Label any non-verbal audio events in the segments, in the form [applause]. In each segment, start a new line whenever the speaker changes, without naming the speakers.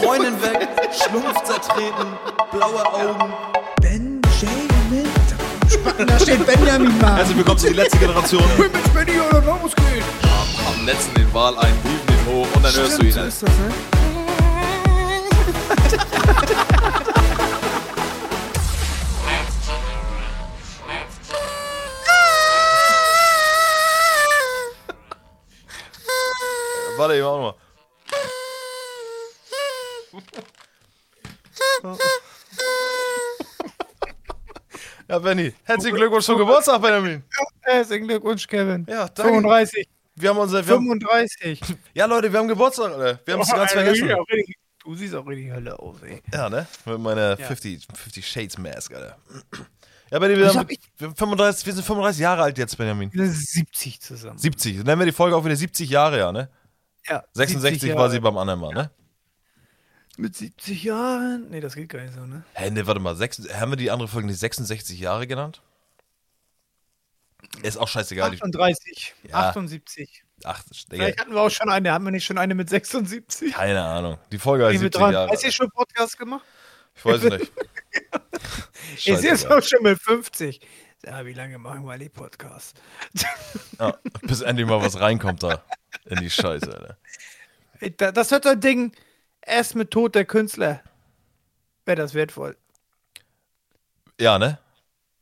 Freundin weg, Schlumpf zertreten, blaue Augen.
Ben Jamin. Da steht Benjamin mal.
Herzlich willkommen zu die letzte Generation.
Also, bin mit Benny oder Ramos geht.
[laughs] Am letzten den Wahl ein, hieben den hoch und dann hörst du ihn. halt.
so ist das, ne?
Warte, ich mach auch mal. Ja, Benny, herzlichen Glückwunsch zum Geburtstag, Benjamin.
Herzlichen Glückwunsch, Kevin.
Ja, danke.
35.
Wir haben unser, wir haben,
35.
ja, Leute, wir haben Geburtstag, Alter. Wir haben es
Oh,
ganz
Alter,
vergessen.
ja, richtig- Du siehst auch richtig Hölle aus, ey.
Ja, ne? Mit meiner
Ja.
50, 50 Shades Mask, Alter. Ja, Benny, wir,
Ich
haben,
hab- ich-
wir, haben 35, wir sind 35 Jahre alt jetzt, Benjamin.
Wir sind 70 zusammen.
70. Dann nennen wir die Folge auch wieder 70 Jahre, ja, ne?
Ja,
66
70
war sie
Jahre.
beim anderen Mal, ne?
Mit 70 Jahren? Nee, das geht gar nicht so, ne?
Hä, ne, warte mal. Sechs, haben wir die andere Folge nicht 66 Jahre genannt? Ist auch scheißegal. Die,
38.
Ja.
78.
ach, Digga,
Vielleicht hatten wir auch schon eine. Haben wir nicht schon eine mit 76?
keine Ahnung. Die Folge heißt
Die mit
70 Jahre.
33 schon Podcast gemacht?
Ich weiß es nicht.
Ich sehe es
Scheißegal.
auch schon mit 50. Ja, wie lange machen wir die Podcasts?
ja, bis endlich mal was reinkommt da. In die Scheiße, ne? Alter.
Ey, da- Das wird so ein Ding, erst mit Tod der Künstler wäre das wertvoll.
Ja, ne?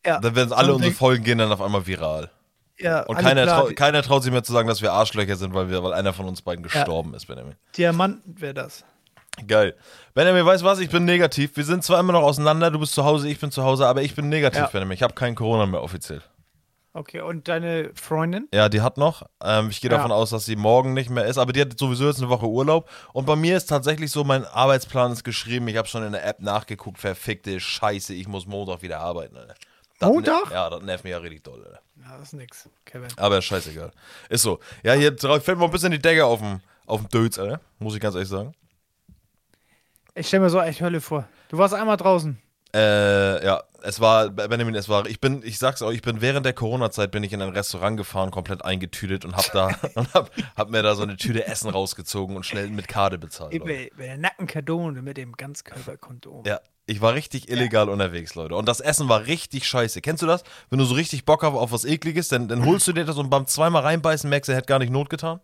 Ja,
Dann werden
so
alle
ein
unsere
Ding.
Folgen gehen dann auf einmal viral.
ja,
Und
alle
keiner,
klar,
trau keiner traut sich mehr zu sagen, dass wir Arschlöcher sind, weil, wir, weil einer von uns beiden gestorben ist, Benjamin.
Diamanten wäre das.
Geil. Benjamin, weißt du was? Ich bin negativ. Wir sind zwar immer noch auseinander, du bist zu Hause, ich bin zu Hause, aber ich bin negativ,
Ja.
Benjamin. Ich habe keinen Corona mehr offiziell.
Okay, und deine Freundin?
Ja, die hat noch. Ähm, ich gehe
Ja.
davon aus, dass sie morgen nicht mehr ist, aber die hat sowieso jetzt eine Woche Urlaub. Und bei mir ist tatsächlich so, mein Arbeitsplan ist geschrieben. Ich habe schon in der App nachgeguckt. Verfickte Scheiße, ich muss Montag wieder arbeiten. Alter. Das ne-
Montag?
Ja, das nervt mich ja richtig doll. Alter.
Ja, das ist nix, Kevin.
Aber scheißegal. Ist so. Ja, hier drauf fällt mir ein bisschen die Decke auf dem, auf dem Dötz, Alter. muss ich ganz ehrlich sagen.
Ich stelle mir so echt Hölle vor. Du warst einmal draußen.
Äh, ja, es war, Benjamin, es war, ich bin, ich sag's auch, ich bin während der Corona-Zeit bin ich in ein Restaurant gefahren, komplett eingetütet und hab da, und hab, hab mir da so eine Tüte Essen rausgezogen und schnell mit Karte bezahlt.
Ich
Leute.
will, will eine Nackenkardone mit dem Ganzkörperkondom.
Ja, ich war richtig illegal unterwegs, Leute. Und das Essen war richtig scheiße. Kennst du das? Wenn du so richtig Bock auf, auf was Ekliges, dann, dann holst du dir das und beim zweimal reinbeißen merkst du, hätte gar nicht Not getan.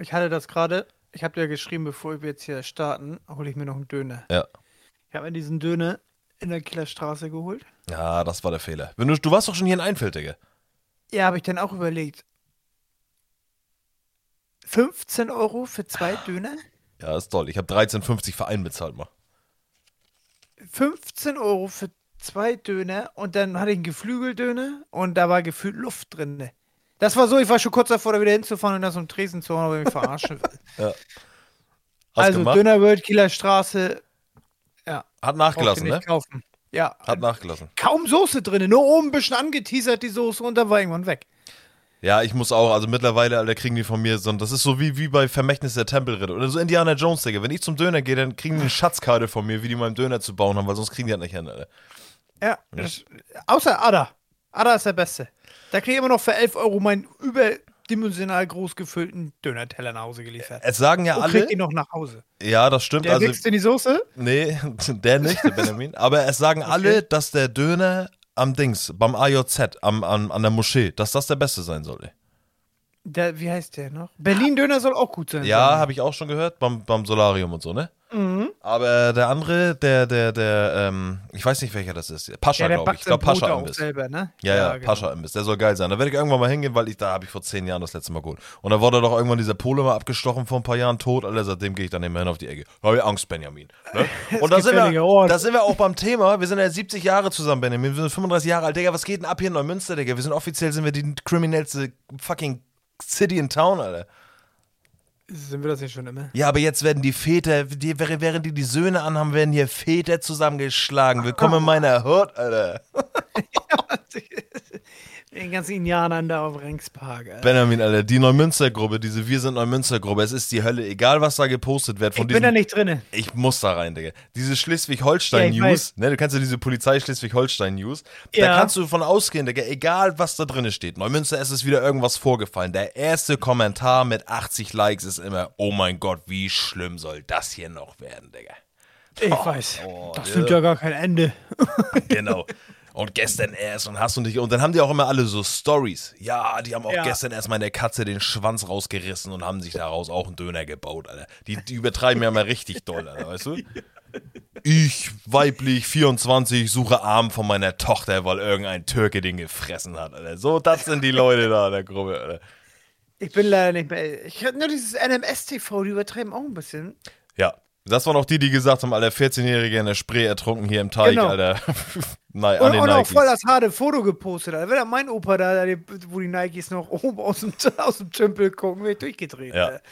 Ich hatte das gerade, ich habe dir geschrieben, bevor wir jetzt hier starten, hole ich mir noch einen Döner.
Ja.
Ich habe mir diesen Döner in der Kieler Straße geholt.
Ja, das war der Fehler. Wenn du, du warst doch schon hier in Einfeld, Digga.
Ja, habe ich dann auch überlegt. 15 Euro für zwei
Ah.
Döner?
Ja, ist toll. Ich habe 13,50 für einen bezahlt, mal.
15 Euro für zwei Döner und dann hatte ich einen Geflügeldöner und da war gefühlt Luft drin. ne? Das war so, ich war schon kurz davor, da wieder hinzufahren und das um Tresen zu hauen, aber mich verarschen. will.
[laughs] Hast
also
gemacht?
Döner World, Kieler Straße. Ja,
Hat
braucht ihr
nachgelassen,
nicht
ne?
kaufen. Ja,
Hat nachgelassen.
kaum Soße drin, nur oben ein bisschen angeteasert die Soße und dann war irgendwann weg.
Ja, ich muss auch, also mittlerweile, Alter, kriegen die von mir so, das ist so wie, wie bei Vermächtnis der Tempelritter oder so Indiana Jones, Digga. Wenn ich zum Döner gehe, dann kriegen die eine Schatzkarte von mir, wie die meinen Döner zu bauen haben, weil sonst kriegen die das nicht hin, Alter.
Ja, das, außer Ada. Ada ist der Beste. Da kriege ich immer noch für 11 Euro meinen überdimensional groß gefüllten Dönerteller nach Hause geliefert.
Es sagen ja
und krieg
Äh, alle,
die noch nach Hause.
ja, das stimmt,
Der
also,
wächst in die Soße?
nee, [laughs] der nicht, der Benjamin, aber es sagen alle, dass der Döner am Dings, beim AJZ, am, am, an der Moschee, dass das der beste sein soll, ey.
Der, wie heißt der noch? Berlin-Döner soll auch gut sein.
Ja,
sagen Mhm.
habe ich auch schon gehört, beim, beim Solarium und so, ne? Aber der andere, der, der, der, ähm, ich weiß nicht, welcher das ist.
die.
Pascha,
ja, der
glaube
backt
ich. Ich glaube,
sein Brot
Pascha
auch
Imbiss.
selber, ne?
Ja, ja,
genau.
Pascha Imbiss, der soll geil sein. Da werde ich irgendwann mal hingehen, weil ich da habe ich vor zehn Jahren das letzte Mal geholt. Und da wurde doch irgendwann dieser Pole mal abgestochen vor ein paar Jahren tot, Alter, seitdem gehe ich dann immer hin auf die Ecke. Da habe ich Angst, Benjamin. Ne? Und da sind,
gefährlicher
wir,
Ort.
da sind wir auch beim Thema. Wir sind ja 70 Jahre zusammen, Benjamin. Wir sind 35 Jahre alt. Digga, was geht denn ab hier in Neumünster, Digga? Wir sind offiziell sind wir die kriminellste fucking City in Town, Alter.
genau. Sind wir das nicht schon immer? [laughs]
Ja, aber jetzt werden die Väter, die, während die die Söhne anhaben, werden hier Väter zusammengeschlagen. Willkommen in meiner Hood, Alter.
Den ganzen Indianern da auf Rengspark. Alter.
Benjamin, Alter, die Neumünster-Gruppe, diese Wir sind Neumünster-Gruppe, es ist die Hölle, egal was da gepostet wird von
Ich bin
diesen-
da nicht drinne.
Ich muss da rein, Digga. Diese
Ja, ich
Schleswig-Holstein-News,
weiß.
ne, du kennst ja diese Polizei Schleswig-Holstein-News, da
Ja.
kannst du von ausgehen, Digga, egal was da drin steht. Neumünster ist es wieder irgendwas vorgefallen. Der erste Kommentar mit 80 Likes ist immer, oh mein Gott, wie schlimm soll das hier noch werden, Digga.
Ich weiß.
oh,
das
ja.
nimmt ja gar kein Ende.
Genau. Und gestern erst und hast du dich. Und dann haben die auch immer alle so Stories. Ja, die haben auch
Ja.
gestern erst meine Katze den Schwanz rausgerissen und haben sich daraus auch einen Döner gebaut, Alter. Die, die übertreiben ja mal richtig doll, Alter,
[laughs]
weißt du? Ich, weiblich, 24, suche Arm von meiner Tochter, weil irgendein Türke den gefressen hat, Alter. So, das sind die Leute da in der Gruppe, Alter.
Ich bin leider nicht mehr. Ich hatte nur dieses NMS-TV, die übertreiben auch ein bisschen.
Ja. Das waren auch die, die gesagt haben, Alter, 14-Jährige in der Spree ertrunken hier im Teich,
Genau.
Alter. [laughs] Nein, an
Und,
den
und auch
Nikes.
voll das harte Foto gepostet. Da wäre mein Opa da, der- wo die Nikes noch oben aus dem, [laughs] aus dem Tümpel gucken, wäre ich durchgedreht.
Ja.
Alter.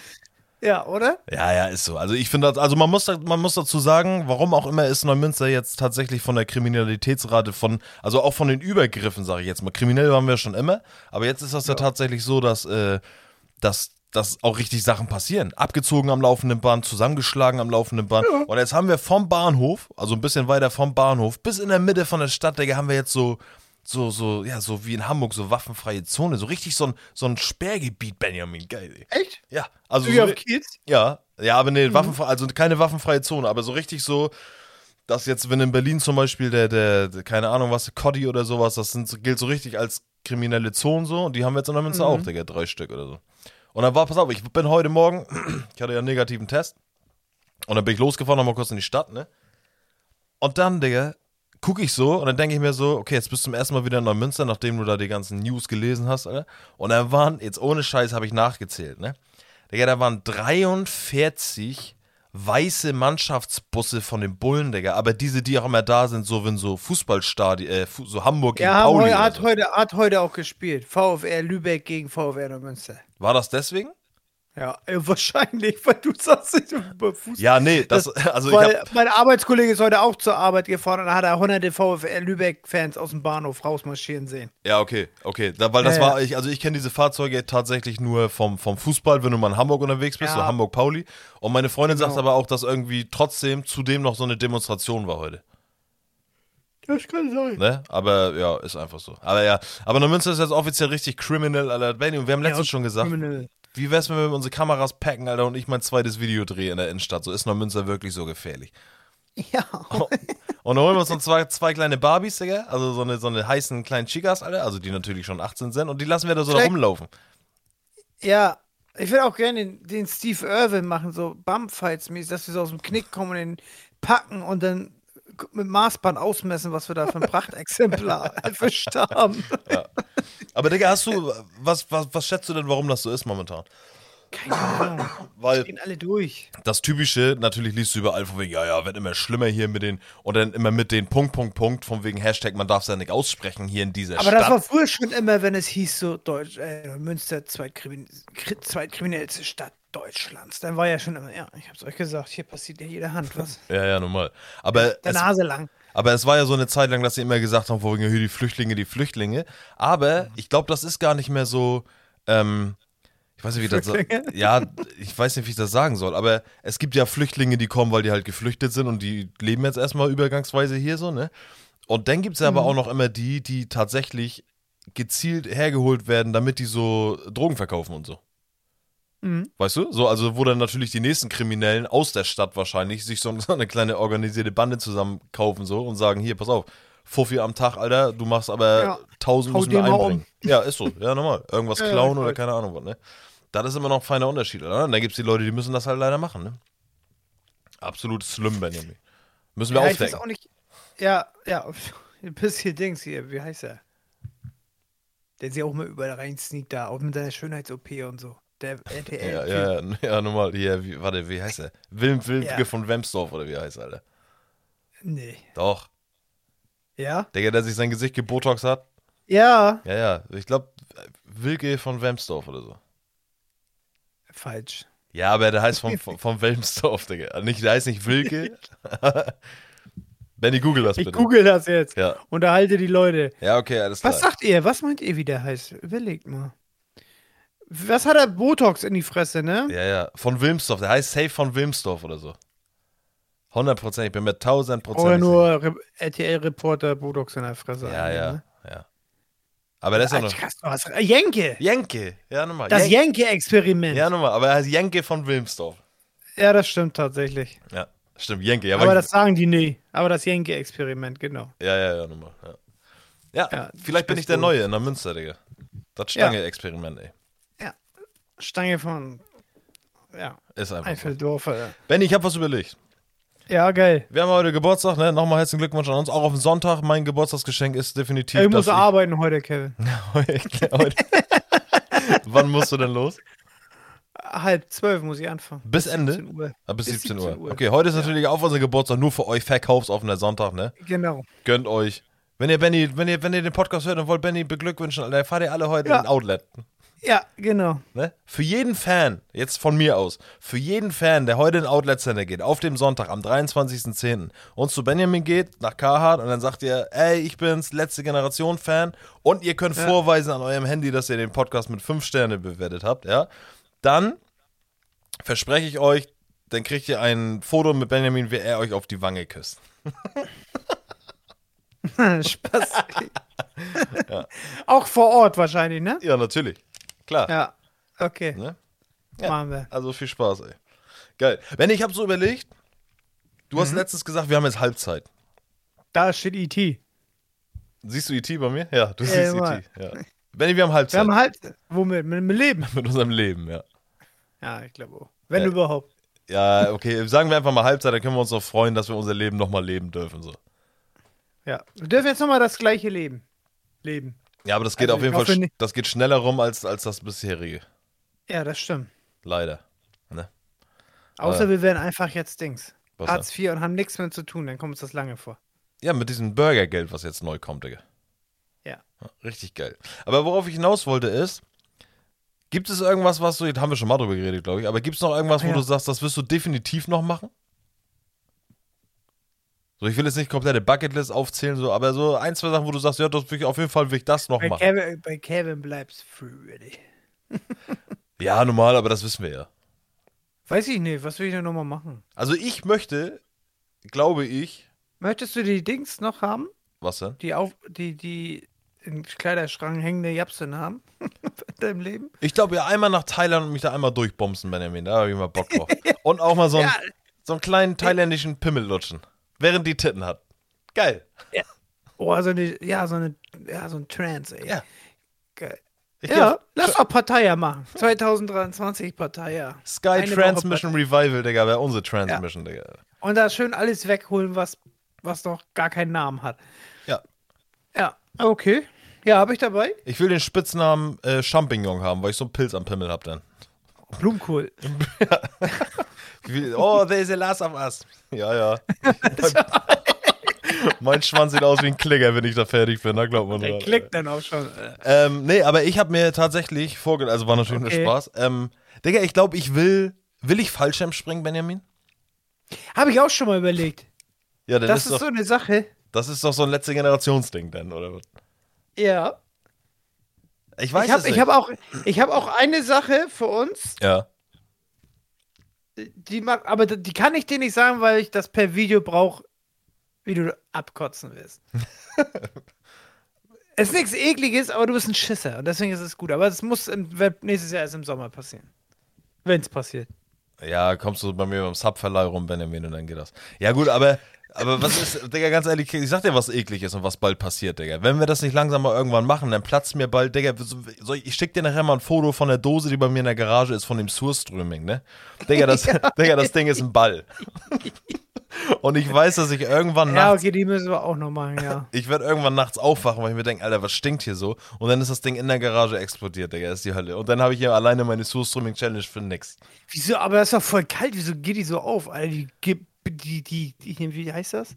ja, oder?
Ja, ja, ist so. Also ich finde das, also man muss, da- man muss dazu sagen, warum auch immer ist Neumünster jetzt tatsächlich von der Kriminalitätsrate von, also auch von den Übergriffen, sage ich jetzt mal. Kriminell waren wir schon immer, aber jetzt ist das ja, tatsächlich so, dass, äh, dass, dass auch richtig Sachen passieren. Abgezogen am laufenden Band, zusammengeschlagen am laufenden Band. Und jetzt haben wir vom Bahnhof, also ein bisschen weiter vom Bahnhof, bis in der Mitte von der Stadt, Digga, haben wir jetzt so. So, so, ja, so wie in Hamburg, so waffenfreie Zone, so richtig so ein, so ein Sperrgebiet, Benjamin, geil. ey.
Echt?
Ja, also.
Wie
so,
auf Kids?
ja, ja, aber nee, waffenfrei, also keine waffenfreie Zone, aber so richtig so, dass jetzt, wenn in Berlin zum Beispiel der, der, der keine Ahnung was, Cotti oder sowas, das sind, so- gilt so richtig als kriminelle Zonen so, und die haben wir jetzt in der Münze auch, Digga, drei Stück oder so. Und dann war, pass auf, ich bin heute Morgen, [clears throat] ich hatte ja einen negativen Test, und dann bin ich losgefahren, nochmal kurz in die Stadt, ne? Und dann, Digga, gucke ich so und dann denke ich mir so, okay, jetzt bist du zum ersten Mal wieder in Neumünster, nachdem du da die ganzen News gelesen hast, Alter. Und dann waren, jetzt ohne Scheiß habe ich nachgezählt, ne? Digga, da waren 43 weiße Mannschaftsbusse von den Bullen, Digga. Aber diese, die auch immer da sind, so wenn so Fußballstadien, äh, Fu- so Hamburg gegen
Ja, haben
Pauli.
heu-
oder
hat,
so.
heute, hat heute auch gespielt. VfR Lübeck gegen VfR Neumünster.
War das deswegen?
Ja, äh, wahrscheinlich, [laughs] weil du sagst, ich bin über Fußball.
Ja, nee, das, [laughs] also ich
Weil
hab,
mein Arbeitskollege ist heute auch zur Arbeit gefahren und da hat er hunderte VfR Lübeck-Fans aus dem Bahnhof rausmarschieren sehen.
Ja, okay, okay. Da, weil das
Ja,
war, ich, also ich kenne diese Fahrzeuge tatsächlich nur vom, vom Fußball, wenn du mal in Hamburg unterwegs bist, so
Ja.
Hamburg-Pauli. Und meine Freundin sagt
Genau.
aber auch, dass irgendwie trotzdem zudem noch so eine Demonstration war heute.
Das kann sein.
Ne? Aber ja, ist einfach so. Aber ja, aber Neumünster ist jetzt offiziell richtig criminal, Alter. Benny, und wir haben letztens schon gesagt,
Criminal.
wie wär's, wenn wir unsere Kameras packen, Alter, und ich mein zweites Video drehe in der Innenstadt? So ist Neumünster wirklich so gefährlich.
[laughs] Ja.
[laughs] Und dann holen wir uns noch zwei, zwei kleine Barbies, Digga. Also so eine, so eine heißen kleinen Chicas, Alter. Also die natürlich schon 18 sind. Und die lassen wir da so da
Vielleicht-
rumlaufen.
Ja, ich würde auch gerne den, den Steve Irwin machen, so Bumpfights-mäßig, dass wir so aus dem Knick kommen und den packen und dann mit Maßband ausmessen, was wir da für ein Prachtexemplar erwischt haben.
Aber Digga, hast du, was, was, was schätzt du denn, warum das so ist momentan?
Keine Ahnung.
Weil
Gehen alle durch.
das Typische, natürlich liest du überall von wegen, ja, ja, wird immer schlimmer hier mit den, und dann immer mit den Punkt, Punkt, Punkt, von wegen Hashtag, man darf es ja nicht aussprechen hier in dieser
Aber das war
Stadt.
früher schon immer, wenn es hieß, so Deutsch, äh, Münster, zweitkrimin kri- zweitkriminellste Stadt Deutschlands. Dann war ja schon immer, ja, ich hab's euch gesagt, hier passiert ja jede Hand was.
ja, ja, normal. Aber
Der
es,
Nase lang.
aber es war ja so eine Zeit lang, dass sie immer gesagt haben, von wegen, hier die Flüchtlinge, die Flüchtlinge. Aber ich glaube, das ist gar nicht mehr so, ähm, ich weiß nicht, wie ich das,
Flüchtlinge?
[laughs] ja, ich weiß nicht, wie ich das sagen soll, aber es gibt ja Flüchtlinge, die kommen, weil die halt geflüchtet sind und die leben jetzt erstmal übergangsweise hier so, ne? Und dann gibt es ja aber auch noch immer die, die tatsächlich gezielt hergeholt werden, damit die so Drogen verkaufen und so.
Mhm.
Weißt du? So, also wo dann natürlich die nächsten Kriminellen aus der Stadt wahrscheinlich sich so, [laughs] so eine kleine organisierte Bande zusammen kaufen so und sagen, hier, pass auf, Fuffi am Tag, Alter, du machst aber
Ja.
1000
Hau
müssen wir
den mal um.
einbringen. Ja, ist so. Ja, normal. Irgendwas
[laughs] Ja, ja,
klauen
ich
oder
weiß.
keine Ahnung was, ne? Das ist immer noch ein feiner Unterschied, oder? Und da gibt es die Leute, die müssen das halt leider machen, ne? Absolut slim, Benjamin. Müssen wir
ja, ich weiß
aufdecken.
auch nicht. Ja, ja, [laughs] ein bisschen Dings hier, wie heißt er? Der sich auch mal überall reinsneakt da, auch mit seiner Schönheits-OP und so. Der
[laughs] Ja,
RTL.
ja, ja, ja, normal. Hier, wie, warte, wie heißt er? Wilm Wilmke
Ja.
von Wemsdorf oder wie er heißt er, Alter?
Nee.
Doch.
Ja?
Digga, der sich sein Gesicht gebotox hat.
Ja.
Ja, ja. Ich glaube, Wilke von Wemsdorf oder so.
Falsch.
Ja, aber der heißt vom, vom, vom Wilmsdorf, Digga. Nicht, der heißt nicht Wilke. [laughs] Benny, google das
Ich
bitte.
google das jetzt.
Ja.
Unterhalte die Leute.
Ja, okay, alles klar.
Was sagt ihr? Was meint ihr, wie der heißt? Überlegt mal. Was hat er Botox in die Fresse, ne?
Ja, ja. Von Wilmsdorf. Der heißt Safe von Wilmsdorf oder so. 100%. Ich bin mir 1000%
Oder
sicher.
nur Re RTL-Reporter Botox in der Fresse.
Ja,
ein,
ja,
Ne?
ja. Aber das ist ja
Alter,
noch.
krass, du hast- Jenke!
Jenke. Ja, nochmal.
Das
Jen-
Jenke-Experiment.
Ja,
Ja.
nochmal. Aber er heißt Jenke von Wilmsdorf.
das stimmt tatsächlich.
Ja, stimmt. Jenke. Ja,
Aber,
aber
das sagen die nie. Aber das Jenke-Experiment, genau.
ja, ja, ja, nochmal. Ja, ja,
Ja,
vielleicht bin ich
bist
der
du-
Neue in der Münster, Digga. Das
Ja.
Stange-Experiment, ey.
Ja. Stange von. Ja,
Ist einfach so.
Eiffeldorf. Alter.
Benni, ich hab was überlegt.
Ja, geil.
Wir haben heute Geburtstag, ne? Nochmal herzlichen Glückwunsch an uns. Auch auf den Sonntag. Mein Geburtstagsgeschenk ist definitiv.
ich muss
dass
arbeiten heute, Kevin.
Ich glaub, [laughs] heute- Wann musst du denn los?
Halb zwölf muss ich anfangen.
Bis Ende?
17 Uhr.
Ah, bis 17, Uhr.
17 Uhr.
Okay, heute ist natürlich auch unser Geburtstag, nur für euch verkaufsoffener Sonntag, ne?
Genau.
Gönnt euch. Wenn ihr Benny, wenn ihr, wenn ihr den Podcast hört und wollt Benny beglückwünschen, dann fahrt ihr alle heute
Ja.
in ein Outlet.
Ja, genau. [laughs]
Ne? Für jeden Fan, jetzt von mir aus, für jeden Fan, der heute in Outlet Center geht, auf dem Sonntag am 23.10. und zu Benjamin geht, nach Carhartt und dann sagt ihr, ey, ich bin's, letzte Generation Fan und ihr könnt vorweisen an eurem Handy, dass ihr den Podcast mit 5 Sterne bewertet habt, ja, dann verspreche ich euch, dann kriegt ihr ein Foto mit Benjamin, wie er euch auf die Wange küsst. [laughs]
Spaß. Auch vor Ort wahrscheinlich, ne?
Ja, natürlich. Klar.
Ja. Okay.
Ne? Ja.
Machen wir.
Also viel Spaß, ey. Geil. Wenn ich habe so überlegt, du hast letztens gesagt, wir haben jetzt Halbzeit.
Da steht IT. Wir
Siehst du E.T. bei mir? Ja, du siehst
immer.
E.T. Ja. Benni, wir haben Halbzeit
haben halt. Womit? Mit dem Leben.
mit unserem Leben, ja.
Ja, ich glaube auch. Wenn
Ja.
überhaupt.
Ja, okay, sagen wir einfach mal Halbzeit, dann können wir uns noch freuen, dass wir unser Leben nochmal leben dürfen. So.
Ja. Wir dürfen jetzt nochmal das gleiche Leben. Leben.
Ja, aber das geht
Also
auf
ich
jeden Fall,
hoffe
sch-
nicht.
das geht schneller rum als, als das bisherige.
Ja, das stimmt.
Leider. Ne?
Außer wir werden einfach jetzt Dings.
Äh. Was
Hartz IV und haben nichts mehr zu tun, dann kommt uns das lange vor.
Ja, mit diesem Burgergeld, was jetzt neu kommt, Digga.
Ja.
Richtig geil. Aber worauf ich hinaus wollte ist, gibt es irgendwas, was du, da haben wir schon mal drüber geredet, glaube ich, aber gibt es noch irgendwas, wo
Ah, ja.
du sagst, das wirst du definitiv noch machen? So, ich will jetzt nicht komplette Bucketlist aufzählen, so, aber so ein, zwei Sachen, wo du sagst, ja, das will ich auf jeden Fall will ich das noch
Bei
machen.
Kevin, bei Kevin bleibt's fröhlich.
Ja, normal, aber das wissen wir ja.
Weiß ich nicht, was will ich denn nochmal machen?
Also ich möchte, glaube ich,
Möchtest du die Dings noch haben?
was denn?
Die auf, die, die im Kleiderschrank hängende Japsen haben? [laughs] In deinem Leben?
Ich glaube ja einmal nach Thailand und mich da einmal durchbomsen, Benjamin. Da habe ich mal Bock drauf. Und auch mal so einen,
Ja.
so einen kleinen thailändischen Pimmel lutschen. Während die Titten hat. Geil.
Oh, so eine, ja, so eine, ja, so ein Trance, ey.
Ja.
Geil.
Ich
Ja,
glaub,
lass doch Partei machen. 2023 Partei.
Sky Transmission Revival, Digga, wäre unsere Transmission, Digga.
Und da schön alles wegholen, was, was noch gar keinen Namen hat.
Ja.
Ja, okay. Ja, habe ich dabei.
Ich will den Spitznamen äh, Champignon haben, weil ich so einen Pilz am Pimmel hab dann.
Blumenkohl.
Ich will- Oh, there is a last of us. Ja,
[laughs]
ja. mein, mein Schwanz sieht aus wie ein Klicker, wenn ich da fertig bin. Da glaubt man
Der
dran.
klickt dann auch schon. äh,
Ähm, nee, aber ich habe mir tatsächlich vorge... Also war natürlich
Okay.
nur Spaß. Ähm, Digga, ich glaube, ich will... Will ich Fallschirm springen, Benjamin?
Habe ich auch schon mal überlegt.
Ja, dann
Das
ist,
ist
doch,
so eine Sache.
das ist doch so ein letzte Generationsding dann, oder? was?
Ja.
Ich weiß
Ich habe
es nicht.
hab auch, ich hab auch eine Sache für uns,
ja,
die mag, aber die kann ich dir nicht sagen, weil ich das per Video brauche, wie du abkotzen
[laughs]
wirst. Es ist nichts ekliges, aber du bist ein Schisser und deswegen ist es gut. Aber es muss im, wenn- nächstes Jahr erst im Sommer passieren. Wenn es passiert.
ja, kommst du bei mir beim Subverleih rum, Benjamin, und dann geht das. Ja gut, aber, aber was ist... Digga, ganz ehrlich, ich sag dir, was eklig ist und was bald passiert, Digga. Wenn wir das nicht langsam mal irgendwann machen, dann platzt mir bald... Digga, so- soll ich, ich schick dir nachher mal ein Foto von der Dose, die bei mir in der Garage ist, von dem Surströming, ne? Digga, das, [laughs] Digga, das Ding ist ein Ball. und ich weiß, dass ich irgendwann
Ja,
nachts...
okay, die müssen wir auch noch machen,
[laughs]
ja.
Ich werde irgendwann nachts aufwachen, weil ich mir denke, Alter, was stinkt hier so? Und dann ist das Ding in der Garage explodiert, Digga, ist die Hölle. Und dann habe ich hier alleine meine Soul Streaming Challenge für nix.
Wieso, aber das ist doch voll kalt, wieso geht die so auf? Alter, die, die, die, die, die wie heißt das?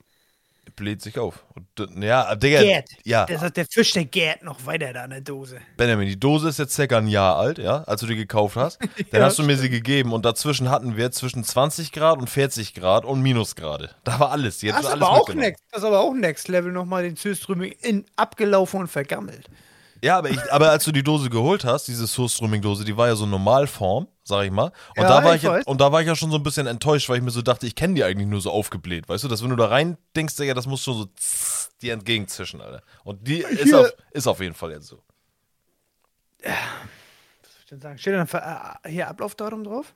bläht sich auf. Und, d- ja, Digga.
Gärt.
Ja,
Das heißt, der Fisch, der gärt noch weiter da an der Dose.
Benjamin, die Dose ist jetzt circa ein Jahr alt, ja, als du die gekauft
[laughs]
hast. Dann
Ja,
hast du mir sie gegeben und dazwischen hatten wir zwischen 20 Grad und 40 Grad und Minusgrade. Da war alles. Jetzt
Das ist
alles
aber auch
mitgenommen.
next, das ist aber auch next Level nochmal den Süßströming in abgelaufen und vergammelt.
Ja, aber, ich, aber als du die Dose geholt hast, diese Source-Streaming-Dose, die war ja so Normalform, sag ich mal. Und,
Ja,
da war
ich
ich ja,
weiß.
und da war ich ja schon so ein bisschen enttäuscht, weil ich mir so dachte, ich kenne die eigentlich nur so aufgebläht, weißt du? Dass wenn du da rein denkst, Digga, das muss schon so zzzz dir entgegenzischen, Alter. Und die ist
Hier-
auf, ist auf jeden Fall jetzt so.
Was soll ich denn sagen? Steht dann ver- äh, hier Ablaufdatum drauf?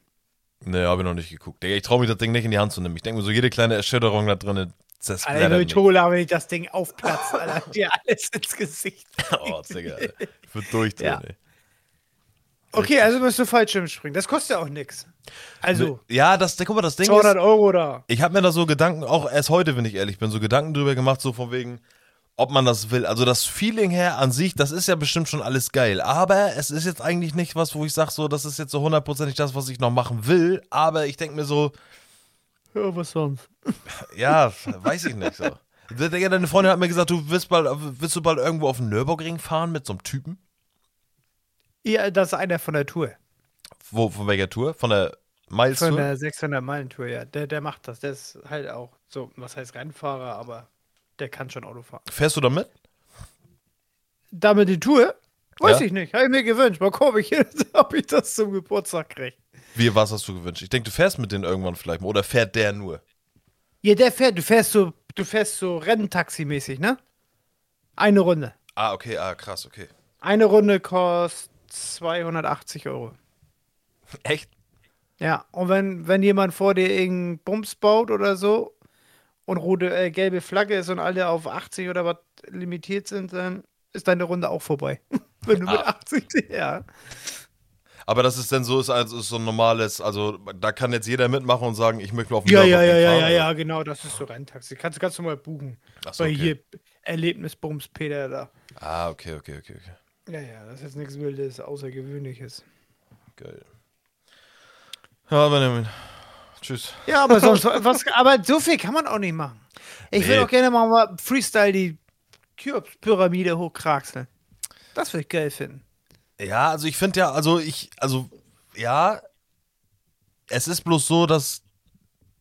Nee, habe ich noch nicht geguckt. Digga, ich traue mich das Ding nicht in die Hand zu nehmen. Ich denke mir so, jede kleine Erschütterung da drin
Alter,
zersplittert
nur
mich.
Jola, wenn ich das Ding aufplatzt, Alter, dir alles ins
[laughs]
Gesicht.
Oh, Digga, Alter. Ich würde durchdrehen,
Ja.
ey.
Okay, also müsst du Fallschirm springen. Das kostet ja auch nichts. Also,
Ja, das, guck mal, das Ding ist,
200 Euro da.
Ich habe mir da so Gedanken, auch erst heute, wenn ich ehrlich bin, so Gedanken drüber gemacht, so von wegen, ob man das will. Also das Feeling her an sich, das ist ja bestimmt schon alles geil. Aber es ist jetzt eigentlich nicht was, wo ich sage, so, das ist jetzt so hundertprozentig das, was ich noch machen will. Aber ich denke mir so,
Ja, was sonst?
ja, weiß ich nicht so. [laughs] Digga, deine Freundin hat mir gesagt, du wirst bald, willst du bald irgendwo auf den Nürburgring fahren mit so einem Typen?
Ja, das ist einer von der Tour.
Wo, von welcher Tour? Von der Miles
Von
Tour?
der 600-Meilen-Tour, ja. Der, der macht das. Der ist halt auch so, was heißt Rennfahrer, aber der kann schon Auto fahren.
Fährst du da mit?
Damit die Tour? Weiß
Ja.
ich nicht. Habe ich mir gewünscht. Mal gucken, ob ich, [laughs] ob ich das zum Geburtstag kriege.
Wie, was hast du gewünscht? Ich denke, du fährst mit denen irgendwann vielleicht mal. Oder fährt der nur?
Ja, der fährt. Du fährst so, du fährst so Renntaxi-mäßig, ne? Eine Runde.
Ah, okay, ah, krass, okay.
Eine Runde kostet 280 Euro.
[laughs] Echt?
Ja, und wenn, wenn jemand vor dir irgendeinen Bums baut oder so und rote, äh, gelbe Flagge ist und alle auf 80 oder was limitiert sind, dann ist deine Runde auch vorbei. [laughs] wenn du mit
Ah.
80, [laughs] ja.
Aber das ist dann so, ist, also, ist so ein normales, also da kann jetzt jeder mitmachen und sagen, ich möchte nur auf dem
Ja, ja,
Nürburgring
ja, ja,
fahren,
ja,
oder?
ja, genau, das ist so Renntaxi. Kannst du ganz normal buchen.
Ach so,
Bei
okay.
hier Erlebnisbums Peter da.
Ah, okay, okay, okay, okay.
Ja, ja, das ist jetzt nichts Wildes, Außergewöhnliches.
Geil. Ja, Benjamin. Tschüss.
Ja, [laughs] aber sonst, was, aber so viel kann man auch nicht machen. Ich will
Nee.
auch gerne mal- mal Freestyle die Kyops-Pyramide hochkraxeln. Das würde ich geil finden.
Ja, also ich finde ja, also ich, also ja, es ist bloß so, dass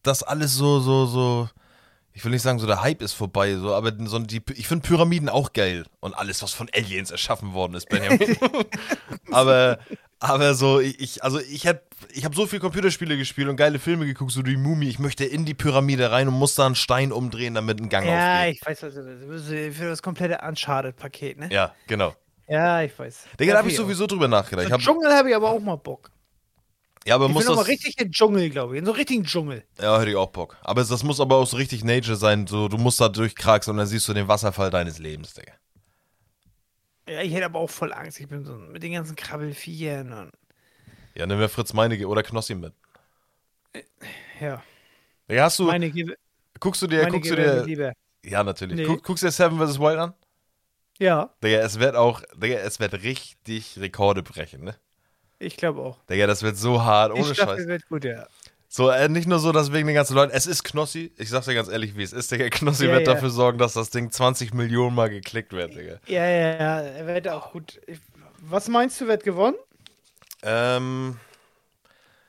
das alles so, so, so, ich will nicht sagen, so der Hype ist vorbei, so, aber so die, ich finde Pyramiden auch geil und alles, was von Aliens erschaffen worden ist,
[laughs]
Benjamin. aber, aber so, ich, also ich hätte, ich habe so viel Computerspiele gespielt und geile Filme geguckt, so die Mumie, ich möchte in die Pyramide rein und muss da einen Stein umdrehen, damit ein Gang
Ja,
aufgeht.
ich weiß, was das ist. Für das komplette Uncharted-Paket, ne?
Ja, genau.
Ja, ich weiß.
Digga, da habe ich
Dafür.
sowieso drüber nachgedacht. Ich
So einen
hab,
Dschungel habe ich aber auch mal Bock.
ja, aber
Ich
muss
will noch mal
das,
richtig in den Dschungel, glaube ich. In so einen richtigen Dschungel.
Ja, hätte ich auch Bock. Aber das muss aber auch so richtig Nature sein. So, du musst da durchkraxen und dann siehst du den Wasserfall deines Lebens, Digga.
Ja, ich hätte aber auch voll Angst. Ich bin so mit den ganzen Krabbelfieren und.
Ja, nimm mir Fritz Meinecke oder Knossi mit.
Ja.
Digga, hast du,
Meine Gewe
guckst du dir,
meine
guckst du
Gewe-
dir,
Liebe.
ja, natürlich.
Nee.
Guck, guckst du dir Seven vs. Wild an?
Ja,
Digga, es wird auch, Digga, es wird richtig Rekorde brechen, ne?
ich glaube auch.
Digga, das wird so hart,
Die
ohne
Staffel
Scheiß.
wird gut, ja.
So, äh, nicht nur so, dass wegen den ganzen Leuten, es ist Knossi, ich sag's dir ganz ehrlich, wie es ist, Digga, Knossi
Ja,
wird
ja.
dafür sorgen, dass das Ding 20 Millionen Mal geklickt wird, Digga.
Ja, ja, ja, er wird auch gut. Ich- Was meinst du, wird gewonnen?
Ähm,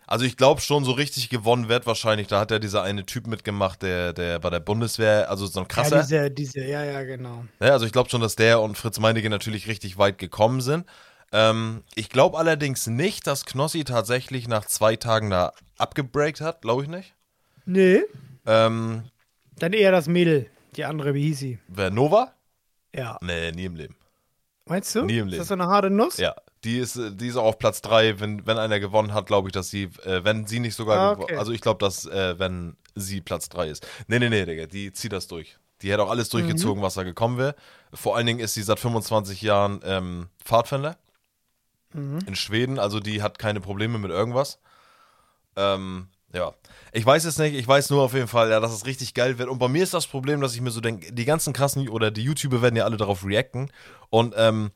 also ich glaube schon, so richtig gewonnen wird wahrscheinlich. Da hat ja dieser eine Typ mitgemacht, der, der bei der Bundeswehr, also so ein krasser.
Ja, diese, diese, ja, ja, genau.
ne? Also ich glaube schon, dass der und Fritz Meinecke natürlich richtig weit gekommen sind. Ähm, ich glaube allerdings nicht, dass Knossi tatsächlich nach zwei Tagen da abgebreakt hat, glaube ich nicht.
Nee,
Ähm,
dann eher das Mädel. Die andere, wie hieß sie?
wer Nova?
Ja.
Nee, nie im Leben.
Meinst du?
Nie im
Ist
Leben.
das so eine harte Nuss?
Ja, die ist, äh, die ist auch auf Platz drei. Wenn, wenn einer gewonnen hat, glaube ich, dass sie, äh, wenn sie nicht
Ah,
sogar, gewo-
okay.
also ich glaube, dass, äh, wenn sie Platz drei ist. Nee, nee, nee, Digga, die zieht das durch. Die hätte auch
Mhm.
alles durchgezogen, was da gekommen wäre. Vor allen Dingen ist sie seit 25 Jahren ähm, Pfadfinder
Mhm.
in Schweden, also die hat keine Probleme mit irgendwas. Ähm, ja, ich weiß es nicht, ich weiß nur auf jeden Fall, ja, dass es richtig geil wird. Und bei mir ist das Problem, dass ich mir so denke, die ganzen krassen oder die YouTuber werden ja alle darauf reacten. Und ähm,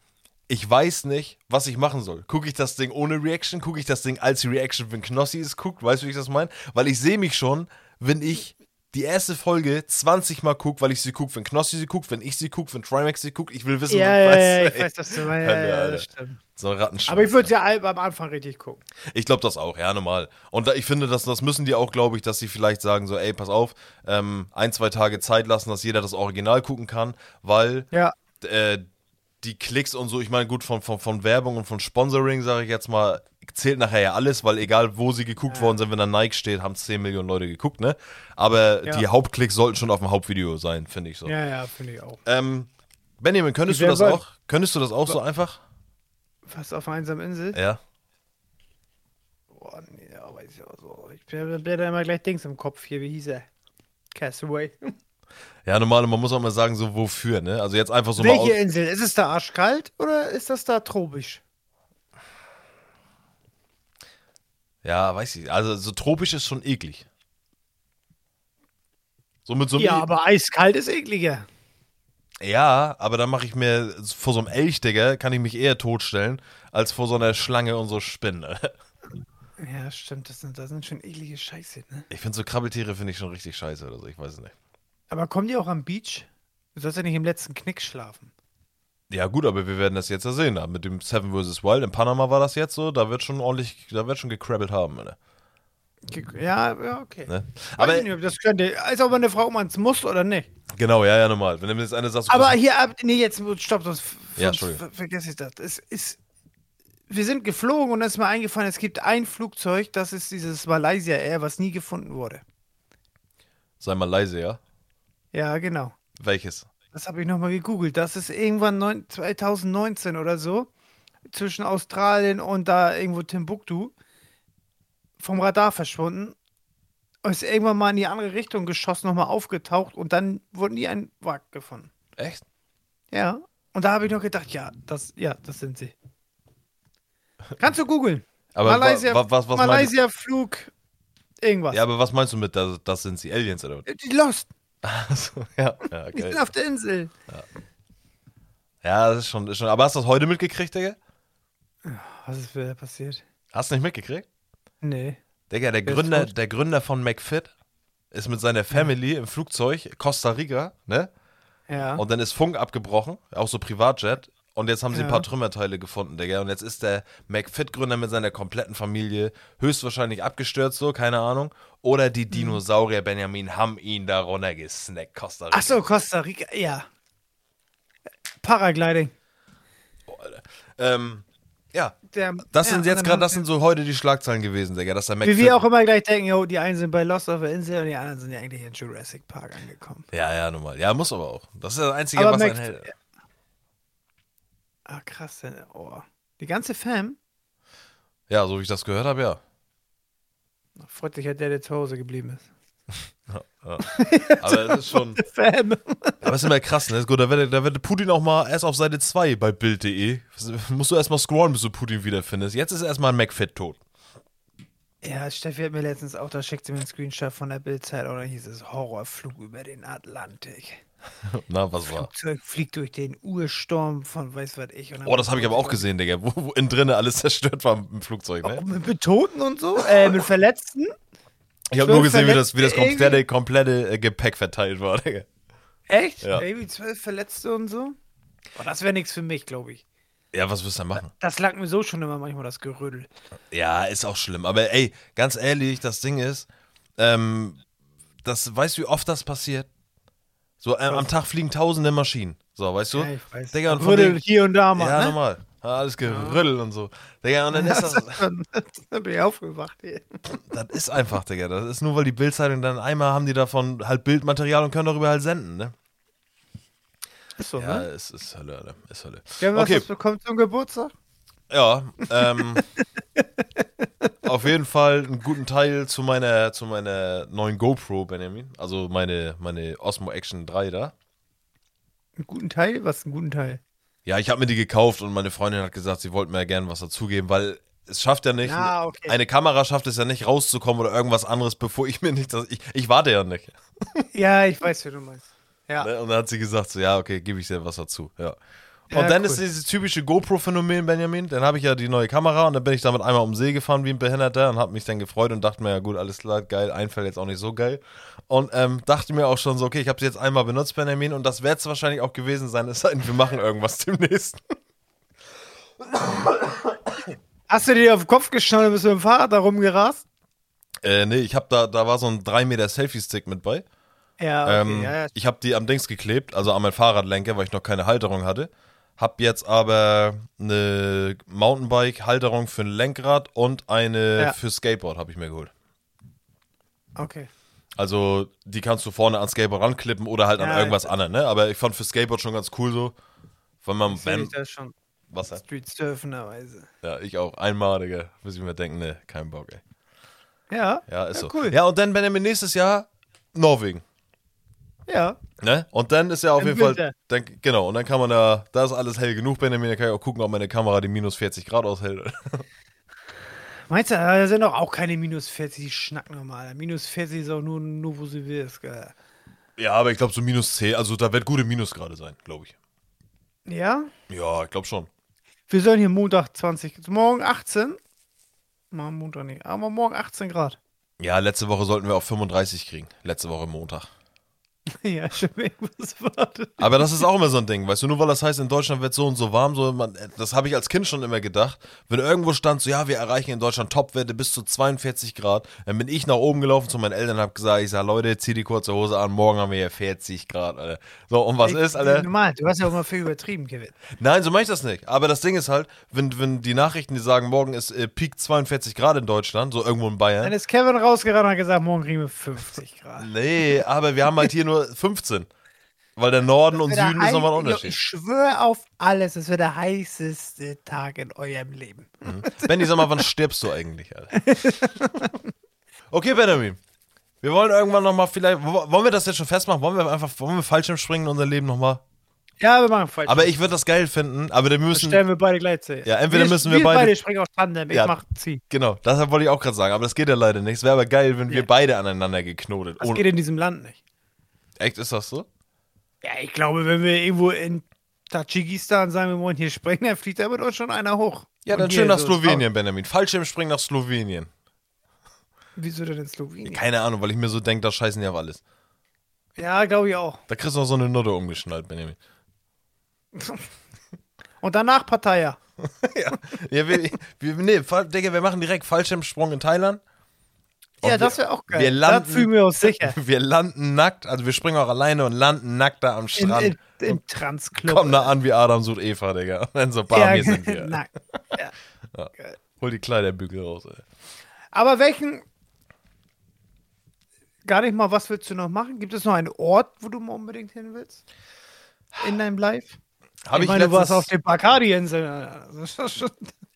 ich weiß nicht, was ich machen soll. Gucke ich das Ding ohne Reaction? Gucke ich das Ding als Reaction, wenn Knossi es guckt? Weißt du, wie ich das meine? Weil ich sehe mich schon, wenn ich die erste Folge 20 Mal gucke, weil ich sie gucke, wenn Knossi sie guckt, wenn ich sie gucke, wenn Trimax sie guckt. Ich will wissen,
Ja,
was-
ja, ja, ich
ey.
weiß, dass du meinst. Ja,
Hölle,
ja,
Alter.
das stimmt.
So ein Rattenschwanz.
Aber ich würde ja all- am Anfang richtig gucken.
Ich glaube das auch, ja, normal. Und da, ich finde, das, das müssen die auch, glaube ich, dass sie vielleicht sagen, so, ey, pass auf, ähm, ein, zwei Tage Zeit lassen, dass jeder das Original gucken kann, weil
Ja.
äh, die Klicks und so, ich meine, gut, von, von, von Werbung und von Sponsoring, sage ich jetzt mal, zählt nachher ja alles, weil egal, wo sie geguckt worden sind, wenn da Nike steht, haben 10 Millionen Leute geguckt, ne? Aber
Ja.
die Hauptklicks sollten schon auf dem Hauptvideo sein, finde ich so.
Ja, ja, finde ich auch.
Ähm, Benjamin, könntest
Die
du das
Werbung-
auch? Könntest du das auch so einfach?
Fast auf einer einsamen Insel.
Ja.
Boah, nee, ja, weiß ich auch so. Ich bin- blätter immer gleich Dings im Kopf hier. Wie hieß er? Castaway.
Ja, normal, und man muss auch mal sagen, so wofür, ne? Also jetzt einfach so mal aus
Welche Insel? Ist es da arschkalt oder ist das da tropisch?
Ja, weiß ich. Also so tropisch ist schon eklig. So mit so einem
Ja, aber eiskalt ist ekliger.
ja, aber da mache ich mir vor so einem Elch, Digga, kann ich mich eher totstellen, als vor so einer Schlange und so Spinnen.
Ja, stimmt. Das sind, das sind schon eklige Scheiße, ne?
[laughs] Ich finde so Krabbeltiere finde ich schon richtig scheiße oder so, ich weiß es nicht.
Aber kommen die auch am Beach? Du sollst ja nicht im letzten Knick schlafen.
Ja, gut, aber wir werden das jetzt ja sehen. Mit dem Seven vs. Wild in Panama war das jetzt so, da wird schon ordentlich, da wird schon gekrabbelt haben, ne?
Ge- Ja, ja, okay.
Mhm. ne?
Weiß
Aber
ich nicht, ob das könnte. Ist aber eine Frage, ob man es muss oder nicht.
genau, ja, ja, normal. Wenn du mir jetzt eine sagst, du
Aber
bist-
hier, ab- nee, jetzt, stopp, sonst, f-
Ja,
sonst
Entschuldigung.
ver vergesse ich das. Es ist, wir sind geflogen und dann ist mir eingefallen, es gibt ein Flugzeug, das ist dieses Malaysia Air, was nie gefunden wurde.
sei mal leise, ja?
Ja, genau.
Welches?
Das habe ich nochmal gegoogelt. Das ist irgendwann neun- 2019 oder so, zwischen Australien und da irgendwo Timbuktu, vom Radar verschwunden. Und Ist irgendwann mal in die andere Richtung geschossen, nochmal aufgetaucht und dann wurden die ein Wrack gefunden.
Echt?
Ja. Und da habe ich noch gedacht, ja, das, ja, das sind sie. Kannst du googeln.
Aber wa-
Malaysia,
wa- was- was meinst-
Malaysia Flug, irgendwas.
Ja, aber was meinst du mit, das, das sind sie Aliens oder was?
Die Lost,
Achso, ja. Ja,
die
geil.
sind auf der Insel.
ja das ist schon, ist schon. Aber hast du das heute mitgekriegt, Digga?
Was ist wieder passiert?
Hast du nicht mitgekriegt?
Nee.
Digga, der
ist
Gründer,
tot.
der Gründer von McFit ist mit seiner Family im Flugzeug Costa Rica, ne?
Ja.
Und dann ist Funk abgebrochen, auch so Privatjet. Und jetzt haben sie ein
Ja.
paar Trümmerteile gefunden, Digga. Und jetzt ist der McFit-Gründer mit seiner kompletten Familie höchstwahrscheinlich abgestürzt, so, keine Ahnung. Oder
Mhm.
die Dinosaurier Benjamin haben ihn da runtergesnackt, Costa Rica.
Achso, Costa Rica, ja. Paragliding.
Ähm, ja,
Der-
Das
ja,
sind jetzt
dann
gerade,
haben-
das sind so heute die Schlagzeilen gewesen, Digga, dass der Mac
Wie
Fit-
wir auch immer gleich denken, jo, die einen sind bei Lost auf der Insel und die anderen sind ja eigentlich in Jurassic Park angekommen.
Ja, ja, normal. Ja, muss aber auch. Das ist das Einzige,
Aber
was
Mac-
einen hält.
Ah, krass. denn- Oh. Die ganze Fam
Ja, so wie ich das gehört habe,
[laughs]
ja.
freut sich ja der, der zu Hause geblieben ist.
Aber das ist schon.
Fam.
Aber es ist immer krass, ne? Gut, da wird, da wird Putin auch mal erst auf Seite 2 bei Bild.de. Musst du erstmal scrollen, bis du Putin wiederfindest. Jetzt ist erstmal McFit tot. [laughs]
Ja, Steffi hat mir letztens auch, da schickt sie mir einen Screenshot von der Bildzeit und da hieß es Horrorflug über den Atlantik.
Na, was war?
Flugzeug fliegt durch den Ursturm von weiß was ich. und dann-
Oh, das habe ich aber auch gesehen, Digga. Wo, wo innen drinne alles [laughs] zerstört war im Flugzeug,
Oh,
ne?
mit, mit Toten und so? Äh, mit Verletzten?
Ich habe nur gesehen, wie das, wie das
Verletzte
komplette, komplette äh, Gepäck verteilt war, Digga.
Echt?
Ja.
Irgendwie zwölf Verletzte und so? Boah, das wäre nichts für mich, glaube ich.
Ja, was wirst du da machen?
Das lag mir so schon immer manchmal das Gerödel.
Ja, ist auch schlimm. Aber ey, ganz ehrlich, das Ding ist, ähm, das, weißt du, wie oft das passiert? So, ähm, am Tag fliegen tausende Maschinen. So, weißt du?
Ja, ich weiß.
Digga, und von
Gerödel
denen,
hier und da mal.
Ja,
[laughs] ne?
normal. Ja, Alles gerüttelt und so. Digga, und dann
[laughs]
ist das.
da bin ich aufgewacht. Ey.
Das ist einfach, Digga. Das ist nur, weil die Bildzeitung dann einmal haben die davon halt Bildmaterial und können darüber halt senden, ne?
Ist so,
Ja,
ne?
es ist Hölle, Alter. Ist Hölle.
Wir haben
Okay,
was bekommen zum Geburtstag.
ja. Ähm, auf jeden Fall einen guten Teil zu meiner, zu meiner neuen GoPro, Benjamin. Also meine, meine Osmo Action 3 da.
Einen guten Teil? Was, einen guten Teil?
Ja, ich habe mir die gekauft und meine Freundin hat gesagt, sie wollte mir gerne was dazugeben, weil es schafft ja nicht,
Ah, okay.
eine Kamera schafft es ja nicht rauszukommen oder irgendwas anderes, bevor ich mir nicht das, ich, ich warte ja nicht.
Ja, ich weiß, wie du meinst. Ja.
Ne? Und dann hat sie gesagt, so, ja, okay, gebe ich dir was dazu. Ja. Und
Ja,
dann
cool.
ist dieses typische GoPro-Phänomen, Benjamin. Dann habe ich ja die neue Kamera und dann bin ich damit einmal um See gefahren wie ein Behinderter und habe mich dann gefreut und dachte mir, ja gut, alles klar, geil, Einfall jetzt auch nicht so geil. Und ähm, dachte mir auch schon so, okay, ich habe sie jetzt einmal benutzt, Benjamin, und das wird es wahrscheinlich auch gewesen sein, es sei denn, wir machen irgendwas [laughs] demnächst.
Hast du dir auf den Kopf geschnallt und bist mit dem Fahrrad da rumgerast?
Äh, nee, ich habe da, da war so ein 3 Meter Selfie-Stick mit bei.
Ja, Ah, okay,
ähm,
ja, ja.
Ich habe die am Dings geklebt, also an mein Fahrradlenker, weil ich noch keine Halterung hatte. Hab jetzt aber eine Mountainbike-Halterung für ein Lenkrad und eine
Ja.
für Skateboard habe ich mir geholt.
Okay.
Also die kannst du vorne ans Skateboard ranklippen oder halt an
Ja,
irgendwas anderes, ne? Aber ich fand für Skateboard schon ganz cool so. Wenn man,
Sehe
wenn,
ich das schon.
Wasser.
Street Surfenderweise.
Ja, ich auch. Einmal, Digga. Muss ich mir denken, ne, kein Bock, ey.
Ja.
Ja, ist so.
Cool. Ja.
Ja, und dann, Benjamin, nächstes Jahr Norwegen.
ja.
Ne? Und dann ist ja auf
Im
jeden Fall.
Winter.
Dann, genau, und dann kann man da, da ist alles hell genug, Benjamin, da kann ich auch gucken, ob meine Kamera die minus 40 Grad aushält. [laughs]
Meinst du, da sind doch auch keine minus 40, die schnacken normal. Minus 40 ist auch nur, nur wo sie will. Ist geil.
ja, aber ich glaube so minus 10, also da wird gute Minusgrade sein, glaube ich.
Ja?
Ja, ich glaube schon.
Wir sollen hier Montag 20, morgen 18. Mal Montag nicht, aber morgen 18 Grad. [laughs]
Ja, letzte Woche sollten wir auf 35 kriegen. Letzte Woche Montag.
ja, schon irgendwas wartet.
Aber das ist auch immer so ein Ding, weißt du, nur weil das heißt, in Deutschland wird so und so warm, so, man, das habe ich als Kind schon immer gedacht. Wenn irgendwo stand, so, ja, wir erreichen in Deutschland Topwerte bis zu 42 Grad, dann bin ich nach oben gelaufen zu meinen Eltern und habe gesagt, ich sage, Leute, zieh die kurze Hose an, morgen haben wir hier 40 Grad, Alter. So, und was ist, Alter?
Normal, du hast ja auch mal viel übertrieben, Kevin.
Nein, so mache ich das nicht. Aber das Ding ist halt, wenn, wenn die Nachrichten, die sagen, morgen ist äh, Peak 42 Grad in Deutschland, so irgendwo in
Dann
Bayern.
ist Kevin rausgerannt und hat gesagt, morgen kriegen wir 50 Grad.
Nee, aber wir haben halt hier nur 15. Weil der Norden und
Der
Süden ist nochmal ein
heiß-
Unterschied.
Ich schwöre auf alles, es wird der heißeste Tag in eurem Leben.
[laughs] Benny, sag mal, wann stirbst du eigentlich,
[laughs]
Alter? Okay, Benjamin. Wir wollen irgendwann nochmal vielleicht. wo- Wollen wir das jetzt schon festmachen? Wollen wir einfach. Wollen wir Fallschirmspringen in unser Leben nochmal?
Ja, wir machen falsch.
Aber ich würde das geil finden, aber wir müssen.
stellen wir beide gleichzeitig.
Ja, entweder müssen wir
wir
beide-
beide springen auf Tandem. Ich
Ja.
mach zieh.
Genau, deshalb wollte ich auch gerade sagen, aber das geht ja leider nicht. Es wäre aber geil, wenn
Ja.
wir beide aneinander geknotet.
Das
Ohne-
geht in diesem Land nicht.
Echt, ist das so?
Ja, ich glaube, wenn wir irgendwo in Tadschikistan sagen, wir wollen hier springen, dann fliegt da mit uns schon einer hoch.
Ja,
Und
dann
hier
schön nach
so-
Slowenien, Benjamin. Fallschirmspringen nach Slowenien.
oh, Wieso denn in Slowenien?
Keine Ahnung, weil ich mir so denke, da scheißen die auf alles.
Ja, glaube ich auch.
Da kriegst du noch so eine Nutte umgeschnallt, Benjamin.
Und danach Pattaya.
Ja, wir, [laughs] wir, nee, Fall- Digga, wir machen direkt Fallschirmsprung in Thailand. Und
ja, das wäre auch geil.
wir
da
landen-
fühlen
[laughs]
wir uns sicher.
Wir landen nackt, also wir springen auch alleine und landen nackt da am
In,
Strand.
in, Im Transclub.
Kommen da an wie Adam sucht Eva, Digga. [laughs] Und dann so, bam,
Ja,
hier
[laughs]
sind wir.
nein.
Hol die Kleiderbügel raus, ey.
Aber welchen. Gar nicht mal, was willst du noch machen? Gibt es noch einen Ort, wo du mal unbedingt hin willst? In deinem Life?
Hab ich,
meine, du warst auf
letztens,
den Bacardi-Inseln. Alter. Das ist doch schon-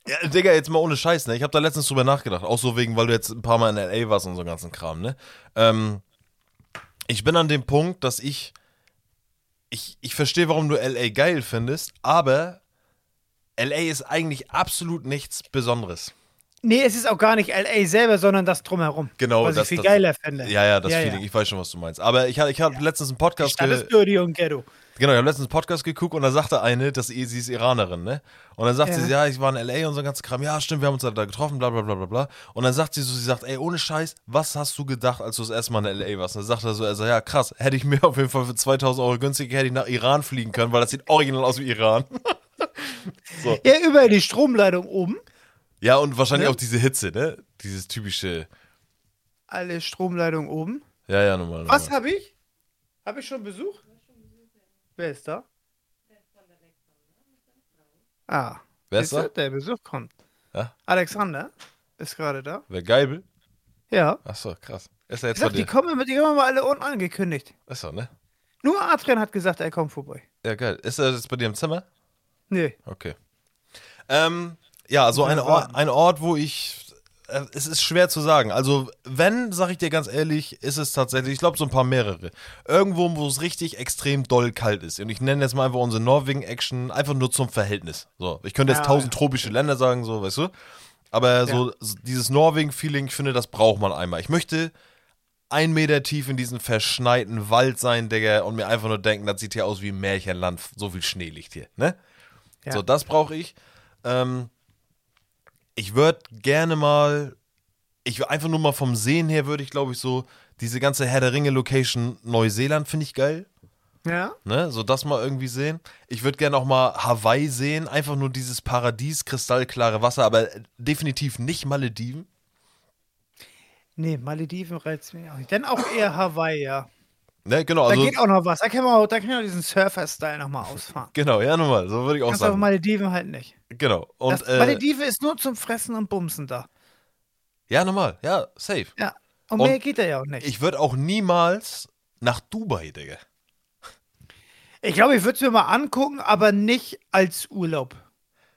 ja, Digga, jetzt mal ohne Scheiß, ne? Ich habe da letztens drüber nachgedacht. Auch so wegen, weil du jetzt ein paar Mal in L.A. warst und so ganzen Kram, ne? Ähm, ich bin an dem Punkt, dass ich. Ich, ich verstehe, warum du L.A. geil findest, aber L.A. ist eigentlich absolut nichts Besonderes.
Nee, es ist auch gar nicht L.A. selber, sondern das drumherum.
Genau,
was
das-
ich viel
das-
geiler finde.
Ja, ja, das Feeling. Ich weiß schon, was du meinst. Aber ich, hab- ich habe letztens einen Podcast
Stadt
ge
ist dirty und ghetto.
Genau, ich habe letztens einen Podcast geguckt und da sagte eine, dass sie, sie ist Iranerin, ne? Und dann sagt
Ja.
sie, ja, ich war in L.A. und so ein ganzer Kram, ja, stimmt, wir haben uns halt da, da getroffen, bla bla bla bla bla. Und dann sagt sie so, sie sagt, ey, ohne Scheiß, was hast du gedacht, als du das erste Mal in L.A. warst? Und dann sagt er so, er sagt, ja, krass, hätte ich mir [laughs] auf jeden Fall für 2000 Euro günstiger, hätte ich nach Iran fliegen können, weil das sieht original aus wie Iran. [laughs]
Ja, über die Stromleitung oben.
Ja, und wahrscheinlich auch diese Hitze, ne? Dieses typische,
Alle Stromleitung oben.
ja, ja, normal. normal.
Was habe ich? Habe ich schon Besuch? Wer ist da? Ah.
Wer ist
siehst du,
da?
Der Besuch kommt.
Ja?
Alexander ist gerade da.
Wer geil?
Ja.
Achso, krass. Ist er
Ich
jetzt bei
sag, die
dir?
kommen immer, die kommen immer alle unangekündigt.
Ist er, ne?
Nur Adrian hat gesagt, er kommt vorbei.
Ja, geil. Ist er jetzt bei dir im Zimmer?
Nee.
Okay. Ähm, ja, also ein Ort, ein Ort, wo ich. äh, Es ist schwer zu sagen. Also, wenn, sag ich dir ganz ehrlich, ist es tatsächlich, ich glaube, so ein paar mehrere. Irgendwo, wo es richtig extrem doll kalt ist. Und ich nenne jetzt mal einfach unsere Norwegen-Action einfach nur zum Verhältnis. So, ich könnte jetzt
Ja.
tausend tropische Länder sagen, so, weißt du? Aber so, so dieses Norwegen-Feeling, ich finde, das braucht man einmal. Ich möchte ein Meter tief in diesen verschneiten Wald sein, Digga, und mir einfach nur denken, das sieht hier aus wie ein Märchenland, so viel Schnee liegt hier, ne?
Ja.
So, das brauche ich. Ähm, ich würde gerne mal, ich wür- einfach nur mal vom Sehen her würde ich, glaube ich, so diese ganze Herr der Ringe Location Neuseeland finde ich geil.
Ja?
Ne? So das mal irgendwie sehen. Ich würde gerne auch mal Hawaii sehen. Einfach nur dieses Paradies, kristallklare Wasser, aber definitiv nicht Malediven.
Nee, Malediven reizt mich auch nicht. Dann auch eher Hawaii, ja.
Ne? Genau,
Da
also.
geht auch noch was. Da kann man auch, da kann man auch diesen Surfer-Style nochmal ausfahren.
Genau, ja, nochmal. So würde ich auch
Kannst auf
sagen.
Malediven halt nicht.
Genau. Und
Das,
äh,
Malediven ist nur zum Fressen und Bumsen da.
ja, nochmal. Ja, safe.
Ja. Und,
Und
mehr geht da ja auch nicht. Ich
Ich würde auch niemals nach Dubai, Digga.
glaube, ich, glaub, ich würde es mir mal angucken, aber nicht als Urlaub.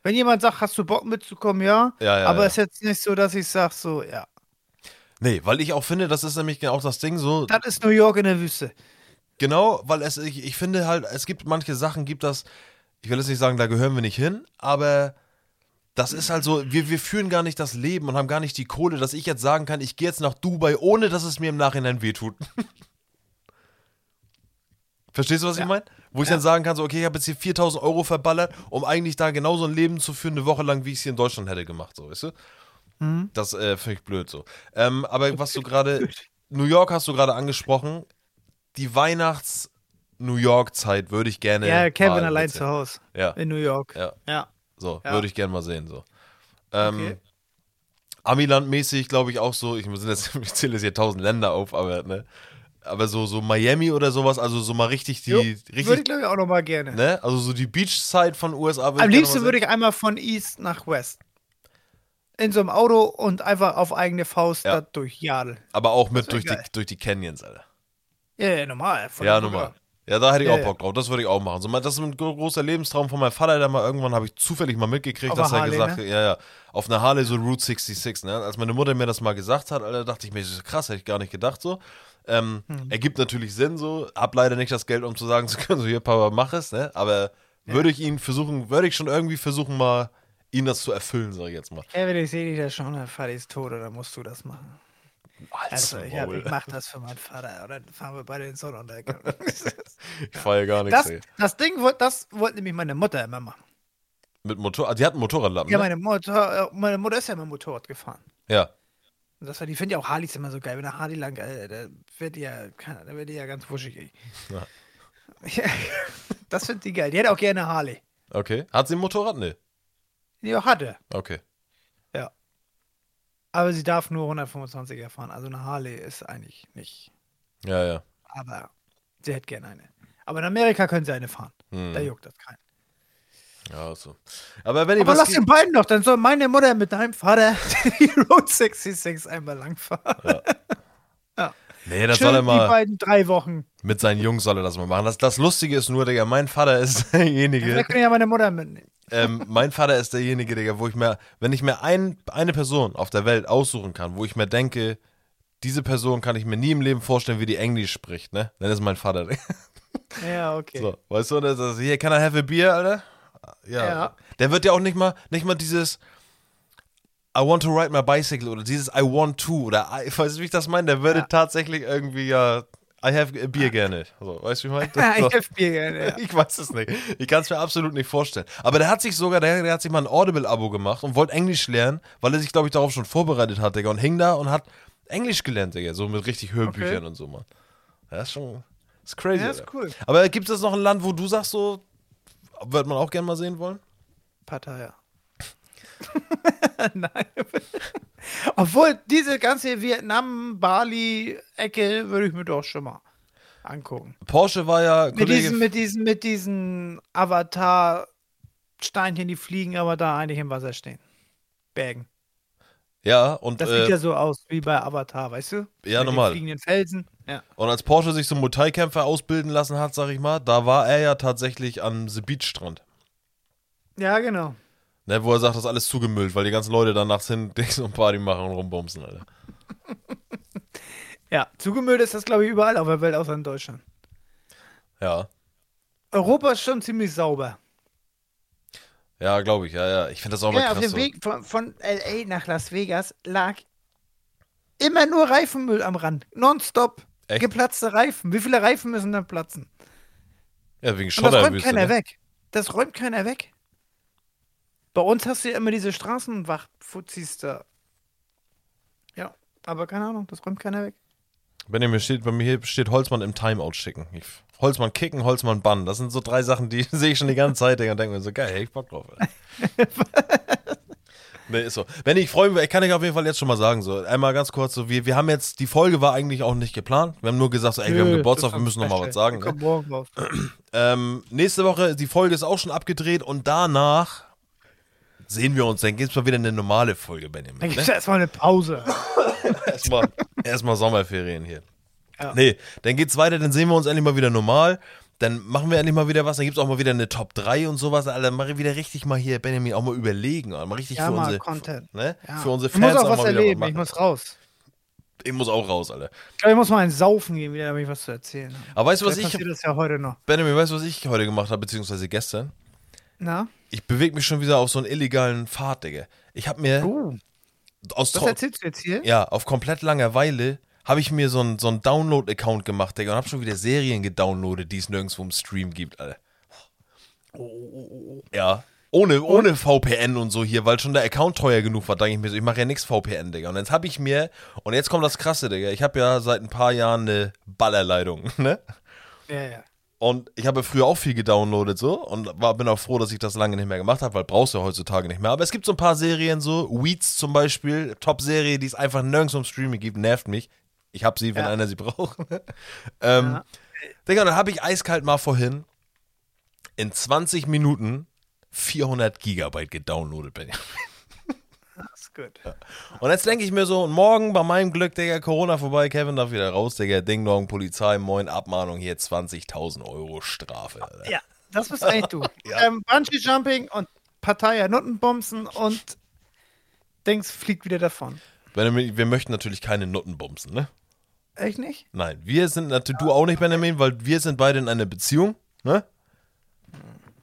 Wenn jemand sagt, hast du Bock mitzukommen, ja.
Ja, ja,
aber
ja.
ist jetzt nicht so, dass ich sage, so, ja.
Nee, weil ich auch finde, das ist nämlich genau das Ding so.
Das ist New York in der Wüste.
Genau, weil es, ich, ich finde halt, es gibt manche Sachen, gibt das, ich will jetzt nicht sagen, da gehören wir nicht hin, aber das ist halt so, wir, wir führen gar nicht das Leben und haben gar nicht die Kohle, dass ich jetzt sagen kann, ich gehe jetzt nach Dubai, ohne dass es mir im Nachhinein wehtut. [laughs] Verstehst du, was ich meine? Wo ich dann sagen kann, so, okay, ich habe jetzt hier 4000 Euro verballert, um eigentlich da genauso ein Leben zu führen, eine Woche lang, wie ich es hier in Deutschland hätte gemacht, so, weißt du?
Mhm.
Das äh, finde ich blöd so. Ähm, aber was
[laughs]
du gerade, New York hast du gerade angesprochen, die Weihnachts-New York-Zeit würde ich gerne.
Ja, Kevin
mal
allein
sehen.
zu Hause.
Ja,
In New York.
Ja.
ja.
so,
Ja.
würde ich gerne mal sehen. So. Ähm,
Okay.
Amiland-mäßig glaube ich auch so, ich, muss jetzt, [laughs] ich zähle jetzt hier tausend Länder auf, aber, ne? aber so, so Miami oder sowas, also so mal richtig die,
Jo, würde ich
richtig,
glaube ich auch nochmal gerne.
ne? Also so die Beachside von USA würde
Am
ich gerne
liebsten
mal
würde ich einmal von East nach West. In so einem Auto und einfach auf eigene Faust
Ja.
da durchjadeln.
sehen. Aber auch mit
Das wär
durch die,
geil.
durch die Canyons, Alter.
Ja, ja, normal. voll
Ja,
gut,
nochmal.
ja.
Ja, da hätte ich
Ja,
auch
ja.
Bock drauf. Das würde ich auch machen. So, mal- das ist ein gro- großer Lebenstraum von meinem Vater, der mal irgendwann habe ich zufällig mal mitgekriegt,
Auf
dass
einer
er
Harley,
gesagt hat,
ne?
ja, ja, auf einer Harley so Route 66. Ne? Als meine Mutter mir das mal gesagt hat, Alter, dachte ich mir, das ist krass, hätte ich gar nicht gedacht so. Ähm,
Hm.
Ergibt natürlich Sinn so. Hab leider nicht das Geld, um zu sagen [laughs] zu können, so hier, Papa, mach es, ne? Aber würde ich ihn versuchen, würde ich schon irgendwie versuchen, mal ihn das zu erfüllen, sage ich jetzt mal.
Ja, wenn ich sehe dich da schon, dann Vati ist tot oder musst du das machen? Also, ich, hab, ich mach das für meinen Vater oder dann fahren wir beide
[laughs]
den Sonnenuntergang. [laughs]
ich feiere gar nichts,
das,
ey.
das Ding, wollt- das wollte nämlich meine Mutter immer machen.
Mit Motor, ah, die hat einen Motorradlappen,
Ja,
ne?
meine Mutter, äh, meine Mutter ist ja immer Motorrad gefahren.
Ja.
Und das war, die findet ja auch Harleys immer so geil. Wenn eine Harley lang, äh, da wird die ja, keine- da wird die ja ganz wuschig. ey.
Ja.
Ja, [laughs] das findet die geil. Die hätte auch gerne eine Harley.
Okay. Hat sie ein Motorrad? Nee.
Die auch hatte.
Okay.
Ja. Aber sie darf nur 125er fahren. Also eine Harley ist eigentlich nicht.
Ja, ja.
Aber sie hätte gerne eine. Aber in Amerika können sie eine fahren. Da
Mhm.
juckt das keinen.
Hm, Ja, also. Aber wenn ihr
Aber
was
lass
gibt,
den beiden doch, dann soll meine Mutter mit deinem Vater [laughs] die Road 66 einmal langfahren.
Nee, das
Schön
soll er
die
mal
beiden drei Wochen.
mit seinen Jungs soll er das mal machen. Das, das Lustige ist nur, Digga, mein Vater ist [laughs] derjenige.
Vielleicht können ja meine Mutter mitnehmen.
ähm, mein Vater ist derjenige, Digga, wo ich mir, wenn ich mir ein, eine Person auf der Welt aussuchen kann, wo ich mir denke, diese Person kann ich mir nie im Leben vorstellen, wie die Englisch spricht, ne? Dann ist mein Vater. Digga.
Ja, okay.
So, weißt du, das ist, hier kann er have a beer, Alter. Ja.
Ja.
Der wird ja auch nicht mal, nicht mal dieses I want to ride my bicycle oder dieses I want to oder I, weißt du, wie ich das meine? Der würde
Ja. Ah.
tatsächlich irgendwie ja I have a beer gerne. So, weißt du, wie ich
[laughs] Ja,
meine?
ich
So.
helfe dir gerne. Ja.
[laughs] Ich weiß es nicht. Ich kann es mir absolut nicht vorstellen. Aber der hat sich sogar, der, der hat sich mal ein Audible-Abo gemacht und wollte Englisch lernen, weil er sich, glaube ich, darauf schon vorbereitet hat, Digga. Und hing da und hat Englisch gelernt, Digga. So mit richtig Hörbüchern
Okay.
und so, Mann. Das ist schon. Das ist crazy.
Ja, ist
Alter.
cool.
Aber gibt es noch ein Land, wo du sagst, so. Wird man auch gerne mal sehen wollen?
Pattaya. [laughs] Nein. Obwohl, diese ganze Vietnam-Bali-Ecke würde ich mir doch schon mal angucken.
Porsche war ja.
Mit
Kollege,
diesen, mit diesen, mit diesen Avatar-Steinchen, die fliegen, aber da eigentlich im Wasser stehen. Bergen.
ja, und,
Das
äh,
sieht ja so aus wie bei Avatar, weißt du?
Ja,
Mit
normal.
Den fliegenden Felsen. Ja.
und als Porsche sich zum Muay-Kämpfer ausbilden lassen hat, sag ich mal, da war er ja tatsächlich am The Beach-Strand.
ja, genau.
Ne, wo er sagt, das ist alles zugemüllt, weil die ganzen Leute dann nachts hin [laughs] Dings und Party machen und rumbumsen, Alter.
Ja, zugemüllt ist das, glaube ich, überall auf der Welt, außer in Deutschland.
Ja.
Europa ist schon ziemlich sauber.
Ja, glaube ich, ja, ja. Ich finde das auch mal
Ja, auf
Oh, krass.
dem
so.
Weg von, von LA nach Las Vegas lag immer nur Reifenmüll am Rand. Nonstop.
Echt?
Geplatzte Reifen. Wie viele Reifen müssen dann platzen?
Ja, wegen
Und das räumt
Schotterwüste.
keiner
Ne?
weg. Das räumt keiner weg. Bei uns hast du ja immer diese Straßenwachtfuzis da. Ja, aber keine Ahnung, das räumt keiner weg.
Benjamin steht, bei mir hier steht Holzmann im Timeout schicken. Ich, Holzmann kicken, Holzmann bannen. Das sind so drei Sachen, die [laughs] sehe ich schon die ganze Zeit Digga, und denke mir so, geil, ey, ich Bock drauf.
[laughs]
Ey. nee, ist so. Wenn ich freue mich, ich kann ich auf jeden Fall jetzt schon mal sagen, so, einmal ganz kurz, so, wir, wir haben jetzt, die Folge war eigentlich auch nicht geplant. Wir haben nur gesagt, so, ey, wir haben Geburtstag, wir müssen nochmal was sagen. ne? Äh,
Komm morgen drauf.
Ähm, nächste Woche, die Folge ist auch schon abgedreht und danach sehen wir uns. Dann gibt es mal wieder eine normale Folge, Benjamin.
Dann
Ne?
[laughs] gibt's ja erstmal eine Pause.
Erstmal erstmal Sommerferien hier.
Ja.
Nee, dann geht's weiter, dann sehen wir uns endlich mal wieder normal. Dann machen wir endlich mal wieder was, dann gibt's auch mal wieder eine Top 3 und sowas. Alter, dann mache ich wieder richtig mal hier, Benjamin, auch mal überlegen. Alter. Mal richtig
Ja,
für,
mal
unsere,
Content.
Ne?
Ja.
für unsere
ich muss
Fans
auch was
mal wieder
erleben, ich
machen.
muss raus.
Ich muss auch raus, Alter.
Ich, glaub, ich muss mal einen Saufen gehen, wieder damit ich was zu erzählen habe.
Aber weißt du, was
Vielleicht
ich,
passiert das ja heute noch.
Benjamin, weißt du, was ich heute gemacht habe, beziehungsweise gestern?
Na?
Ich bewege mich schon wieder auf so einen illegalen Pfad, Digga. Ich habe mir
Uh,
aus
was
Tro-
erzählst du jetzt hier?
Ja, auf komplett Langeweile habe ich mir so einen so einen Download-Account gemacht, Digga, und habe schon wieder Serien gedownloadet, die es nirgendwo im Stream gibt, Alter.
Oh,
Ja. Ohne, ohne VPN und so hier, weil schon der Account teuer genug war, denke ich mir so, ich mache ja nix VPN, Digga. Und jetzt habe ich mir, und jetzt kommt das Krasse, Digga, ich habe ja seit ein paar Jahren eine Ballerleitung, [laughs] ne?
Ja, ja.
Und ich habe früher auch viel gedownloadet so und war, bin auch froh, dass ich das lange nicht mehr gemacht habe, weil brauchst du ja heutzutage nicht mehr. Aber es gibt so ein paar Serien so, Weeds zum Beispiel, Top-Serie, die es einfach nirgends im Streaming gibt, nervt mich. Ich habe sie, wenn
Ja.
einer sie braucht. [laughs] ähm,
Ja.
Digga, und dann habe ich eiskalt mal vorhin in 20 Minuten 400 Gigabyte gedownloadet, Benjamin.
Das ist gut.
Und jetzt denke ich mir so, und morgen bei meinem Glück, Digga, Corona vorbei, Kevin darf wieder raus, Digga, Ding Dong, Polizei, moin, Abmahnung, hier 20.000 Euro Strafe. Alter.
Ja, das bist eigentlich du.
[laughs] Ja.
ähm, Bungee Jumping und Pattaya Nuttenbomsen und Dings fliegt wieder davon.
Benjamin, wir möchten natürlich keine Nutten bumsen, ne?
Echt nicht?
Nein, wir sind natürlich, du auch nicht, Benjamin, weil wir sind beide in einer Beziehung, ne?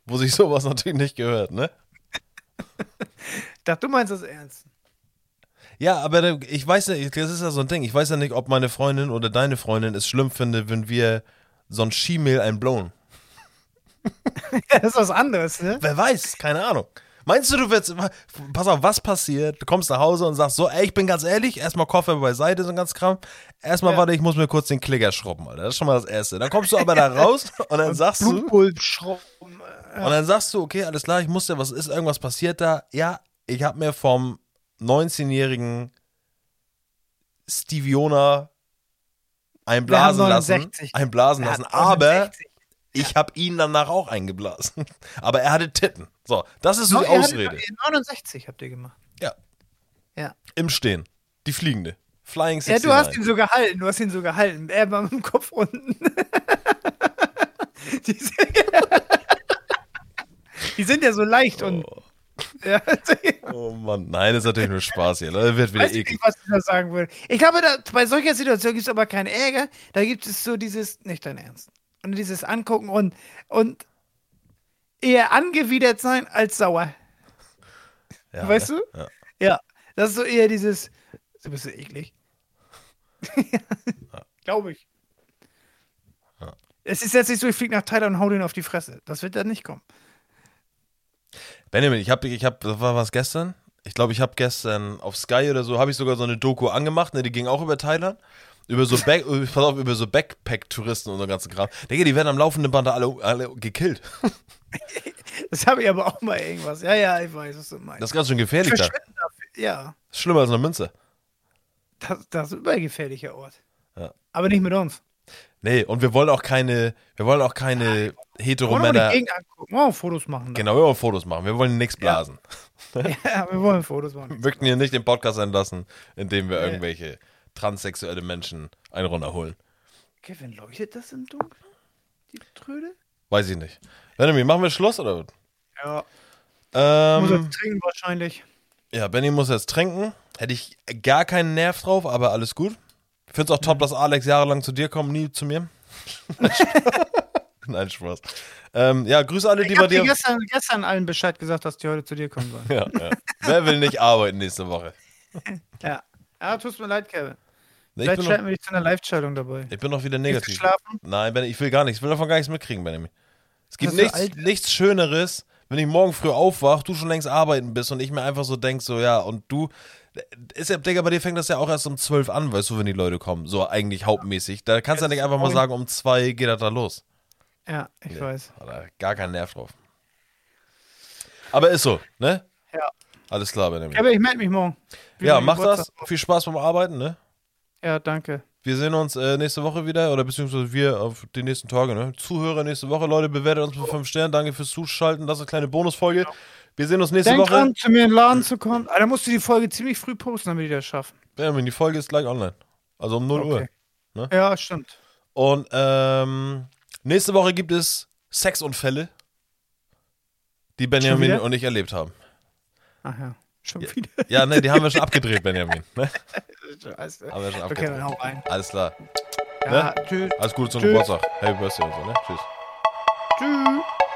Wo sich sowas [laughs] natürlich nicht gehört, ne?
Ich dachte, du meinst das ernst.
Ja, aber da- ich weiß ja, ich- das ist ja so ein Ding. Ich weiß ja nicht, ob meine Freundin oder deine Freundin es schlimm findet, wenn wir so ein Schimehl einblowen.
[laughs] das ist was anderes, ne?
Wer weiß, keine Ahnung. Meinst du, du wirst. Pass auf, was passiert? Du kommst nach Hause und sagst so, ey, ich bin ganz ehrlich, erstmal Koffer beiseite, so ein ganz Kram. Erstmal,
Ja.
warte, ich muss mir kurz den Klicker schrubben, Alter. Das ist schon mal das Erste. Dann kommst du aber da raus und dann sagst du.
Blutpulsschrauben.
Und dann sagst du, okay, alles klar, ich musste, was ist, irgendwas passiert da? Ja, ich habe mir vom 19-jährigen Steviona einblasen
Wir haben
lassen.
69.
Einblasen
Er hat
lassen, aber
69.
ich habe ihn danach auch eingeblasen. [laughs] Aber er hatte Titten. So, das ist so
Doch,
die
ihr hattet-
Ausrede.
ihr 69 habt ihr gemacht.
Ja,
Ja.
im Stehen. Die fliegende. Flying
Ja,
69.
du hast ihn so gehalten, du hast ihn so gehalten. Er war mit dem Kopf unten. [laughs] die, sind, [laughs] die sind ja so leicht und. [laughs] Ja, also,
oh Mann, nein, das ist natürlich nur Spaß hier. Leute, wird wieder
weiß ich
eklig.
nicht, was ich da sagen würde. Ich glaube, da, bei solcher Situation gibt es aber keinen Ärger. Da gibt es so dieses, nicht dein Ernst. Und dieses Angucken und, und eher angewidert sein als sauer.
Ja,
weißt
ne?
du?
Ja.
Ja. Das ist so eher dieses, du bist so eklig. [laughs] Glaube ich.
Ja.
Es ist jetzt nicht so, ich fliege nach Thailand und hau den auf die Fresse. Das wird dann nicht kommen.
Benjamin, ich habe, ich hab, das war was gestern? Ich glaube, ich habe gestern auf Sky oder so, habe ich sogar so eine Doku angemacht, ne, die ging auch über Thailand. Über so, Back, [laughs] pass auf, über so Backpack-Touristen und so ganzen Kram. Digga, die werden am laufenden Band da alle, alle gekillt.
Das habe ich aber auch mal irgendwas. Ja, ja, ich weiß, was du meinst.
Das ist ganz schön gefährlich da.
Verschwinden dafür. Ja,
Ist Schlimmer als eine Münze.
das, das ist ein übergefährlicher Ort.
Ja.
Aber nicht mit uns.
Nee, und wir wollen auch keine, wir wollen auch keine
Ah, Wollen wir die
Heteromänner.
Gegend angucken? Oh, Fotos machen. da.
Genau, wir wollen Fotos machen. Wir wollen nichts blasen. Genau.
[laughs] Ja, wir wollen Fotos machen.
möchten hier nicht den Podcast entlassen, indem wir irgendwelche transsexuelle Menschen einen runterholen.
Kevin, leuchtet das im Dunkeln? Die Tröde?
Weiß ich nicht. Benjamin, machen wir Schluss oder?
Ja. Muss
Ähm,
jetzt trinken wahrscheinlich.
ja, Benny muss jetzt trinken. Hätte ich gar keinen Nerv drauf, aber alles gut. Ich finde es auch top,
Mhm.
dass Alex jahrelang zu dir kommt, nie zu
[laughs]
mir. Nein, Spaß. Ähm, ja, grüße alle, die
Ich
bei
habe dir
dir.
gestern, gestern allen Bescheid gesagt, dass die heute zu dir
[laughs]
kommen sollen.
Ja, ja. Wer will nicht arbeiten nächste Woche? Ne,
ja. Ja, tut mir leid, Kevin.
Nee, Ich
Vielleicht
bin,
schalten
noch,
wir dich zu einer Live-Schaltung dabei.
ich bin noch wieder
Gehst du
negativ.
schlafen?
Nein, Benny, ich will gar nichts. Ich will davon gar nichts mitkriegen, Benjamin. Es gibt
Dass du
nichts,
alt-
nichts Schöneres, wenn ich morgen früh aufwach, du schon längst arbeiten bist und ich mir einfach so denk, so ja, und du, ist ja, Digga, bei dir fängt das ja auch erst um 12 an, weißt du, wenn die Leute kommen, so eigentlich hauptmäßig. Da kannst du ja nicht einfach mal sagen, um zwei geht das da los.
Ja, ich weiß.
Hat er gar keinen Nerv drauf. Aber ist so, ne?
Ja.
Alles klar, Benjamin.
Aber ich melde mich morgen. Wie
Ja,
mein
mach das.
Geburtstag.
Viel Spaß beim Arbeiten, ne?
Ja, danke.
Wir sehen uns äh, nächste Woche wieder oder beziehungsweise wir auf die nächsten Tage, ne? Zuhörer nächste Woche, Leute, bewertet uns mit 5 Sternen. Danke fürs Zuschalten. Das ist eine kleine Bonusfolge. Wir sehen uns nächste
Denk
Woche.
dran, zu mir in den Laden zu kommen. Ah, da musst du die Folge ziemlich früh posten, damit die das schaffen.
Benjamin, die Folge ist gleich online. Also um 0 Uhr.
Okay. Ja, stimmt.
Und ähm, nächste Woche gibt es Sexunfälle, die Benjamin
wieder?
und ich erlebt haben.
Ach ja. Schon wieder. [laughs]
Ja, ne, die haben wir schon abgedreht, Benjamin. Ne?
Scheiße.
Haben wir schon
Okay, dann
abgedreht.
hau rein.
Alles klar.
Ja,
Ne?
tschüss.
Alles Gute zum
Tschüss.
Geburtstag. Happy Birthday und so, ne? Tschüss.
Tschüss.